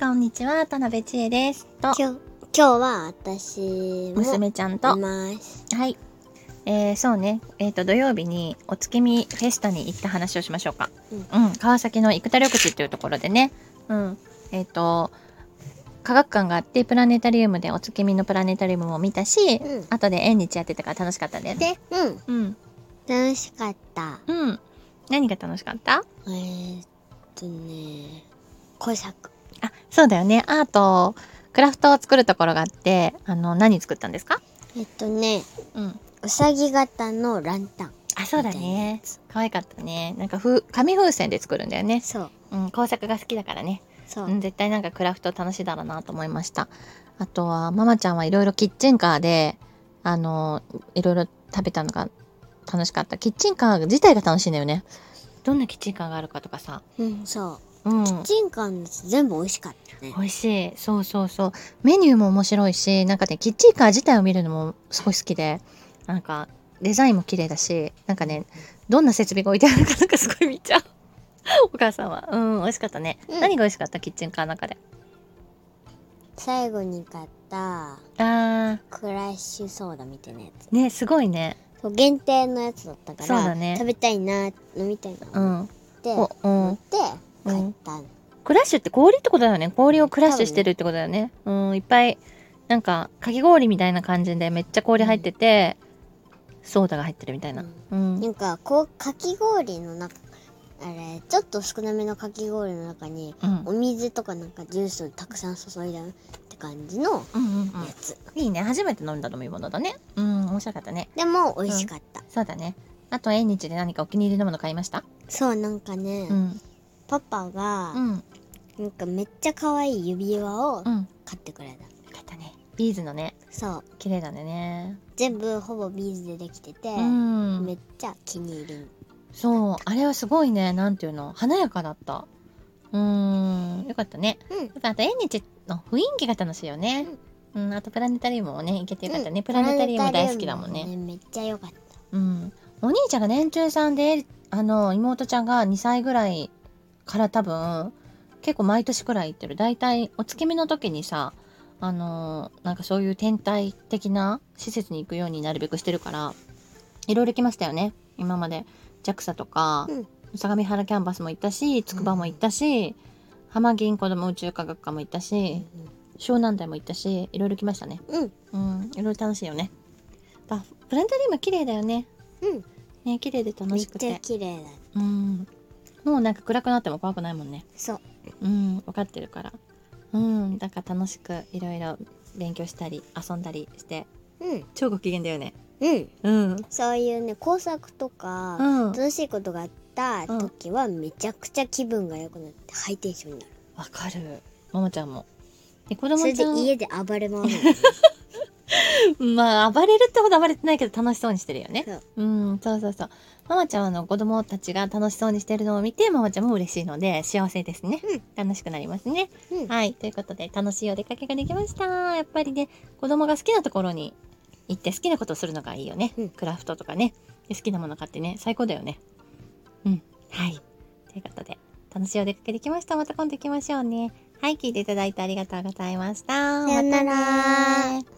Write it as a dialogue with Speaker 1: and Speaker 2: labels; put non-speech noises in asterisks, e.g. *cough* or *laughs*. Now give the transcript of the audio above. Speaker 1: こんにちは、田辺千恵です。と、
Speaker 2: 今日、今日は私もい
Speaker 1: 娘ちゃんと、
Speaker 2: ます。
Speaker 1: はい。えー、そうね、えっ、と、土曜日にお月見フェスタに行った話をしましょうか。うん、川崎の生田緑地っていうところでね、うん、えっ、と、科学館があって、プラネタリウムでお月見のプラネタリウムも見たし、
Speaker 2: うん
Speaker 1: 後で縁日やってたから楽しかったんだよね。
Speaker 2: うん、
Speaker 1: うん。
Speaker 2: 楽しかった。
Speaker 1: うん。何が楽しかった
Speaker 2: えー、っとね、工作。
Speaker 1: あ、そうだよね。アート、クラフトを作るところがあって、あの、何作ったんですか
Speaker 2: えっとね、
Speaker 1: うん。
Speaker 2: うさぎ型のランタン。
Speaker 1: あ、そうだ
Speaker 2: みたいなや
Speaker 1: ね。可愛かったね。なんかふ紙風船で作るんだよね。
Speaker 2: そう、
Speaker 1: うん、工作が好きだからね。
Speaker 2: そう。
Speaker 1: うん、絶対なんかクラフト楽しいだろうなと思いました。あとはママちゃんはいろいろキッチンカーであのいろいろ食べたのが楽しかった。キッチンカー自体が楽しいんだよね。どんなキッチンカーがあるかとかさ。
Speaker 2: うん、そう。
Speaker 1: うん。
Speaker 2: キッチンカーのやつ全部美味しかったね
Speaker 1: 美。味しい。そうそうそう。メニューも面白いし、なんかね、キッチンカー自体を見るのもすごい好きで、なんか、デザインも綺麗だし、なんかね、どんな設備が置いてあるかなん *laughs* かすごい見ちゃう。お母さんは。うん、美味しかったね。
Speaker 2: うん
Speaker 1: 何が美味しかったキッチンカーの中で。
Speaker 2: 最後に買った、
Speaker 1: あ
Speaker 2: クラッシュソーダみたいなやつ。
Speaker 1: ー、ね、すごいね。
Speaker 2: そう限定のやつだったから、
Speaker 1: そうだね
Speaker 2: 食べたいな、飲みたいな
Speaker 1: う
Speaker 2: 思っ
Speaker 1: ん。
Speaker 2: て、
Speaker 1: お、う
Speaker 2: 持っ
Speaker 1: ん。
Speaker 2: て、
Speaker 1: う
Speaker 2: 買っ
Speaker 1: ん
Speaker 2: たの。
Speaker 1: クラッシュって氷ってことだよね。氷をクラッシュしてるってことだよね。うん、いっぱい、なんか、かき氷みたいな感じでめっちゃ氷入ってて、ソーダが入ってるみたいな。うん。
Speaker 2: なんかこうかき氷の中あれちょっと少なめのかき氷の中に
Speaker 1: うん
Speaker 2: お水とかなんかジュースをたくさん注いだって感じの
Speaker 1: うんうんうん
Speaker 2: やつ、
Speaker 1: いいね初めて飲んだ飲み物だねうん面白かったね
Speaker 2: でも美味しかった、
Speaker 1: そうだねあと縁日で何かお気に入りのもの買いました
Speaker 2: そうなんかね、
Speaker 1: ん
Speaker 2: パパが
Speaker 1: う、ん
Speaker 2: なんかめっちゃ可愛い指輪
Speaker 1: う
Speaker 2: を
Speaker 1: ん
Speaker 2: 買ってくれた、
Speaker 1: 買ったねビーズのね
Speaker 2: そう
Speaker 1: 綺麗だね
Speaker 2: 全部ほぼビーズでできてて、
Speaker 1: うん
Speaker 2: めっちゃ気に入り
Speaker 1: そうあれはすごいねなんていうの華やかだったうんよかったね
Speaker 2: うん
Speaker 1: やっぱあと縁日の雰囲気が楽しいよねうんあとプラネタリウムもね行けてよかったね、
Speaker 2: うん
Speaker 1: プラネタリウム大好きだもんね
Speaker 2: プラネタリウムもめっちゃ良かった
Speaker 1: うん、お兄ちゃんが年中さんであの妹ちゃんが2歳ぐらいから多分結構毎年くらい行ってる大体お月見の時にさあのなんかそういう天体的な施設に行くようになるべくしてるからいろいろ来ましたよね今まで JAXA とか、
Speaker 2: うん
Speaker 1: 相模原キャンパスも行ったし筑波も行ったし、浜銀子ども宇宙科学科も行ったし湘南台も行ったしいろいろ来ましたね。
Speaker 2: うん
Speaker 1: うん、いろいろ楽しいよね。やっぱプラネタリウム綺麗だよね。
Speaker 2: うん。
Speaker 1: ね、綺麗で
Speaker 2: め
Speaker 1: 楽
Speaker 2: っ
Speaker 1: しく
Speaker 2: ちゃ
Speaker 1: て。
Speaker 2: 綺麗だ
Speaker 1: うん。もうなんか暗くなっても怖くないもんね。
Speaker 2: そう
Speaker 1: うん、分かってるから。うん、だから楽しくいろいろ勉強したり遊んだりして
Speaker 2: うん
Speaker 1: 超ご機嫌だよね。
Speaker 2: うん
Speaker 1: うん。
Speaker 2: そういうね工作とか、
Speaker 1: うん。わ
Speaker 2: 楽しいことがあった時はめちゃくちゃ気分が良くなってハイテンションになる。
Speaker 1: かる。ももちゃんも。で子
Speaker 2: そ
Speaker 1: 供
Speaker 2: れ
Speaker 1: ち
Speaker 2: で
Speaker 1: ゃん
Speaker 2: 家で暴れ回る。
Speaker 1: *laughs* まあ暴れるってほど暴れてないけど楽しそうにしてるよね
Speaker 2: そう。
Speaker 1: うん、そうそうそう。ママちゃんはあの子供たちが楽しそうにしてるのを見てママちゃんも嬉しいので幸せですね。
Speaker 2: うん
Speaker 1: 楽しくなりますね。
Speaker 2: うん
Speaker 1: はい、ということで楽しいお出かけができました。やっぱりね子供が好きなところに行って好きなことをするのがいいよね。
Speaker 2: うん
Speaker 1: クラフトとかねで好きなもの買ってね最高だよね。うん、はい。ということで楽しいお出かけできました。また今度行きましょうね。はい、聞いていただいてありがとうございました。
Speaker 2: さよなら
Speaker 1: またね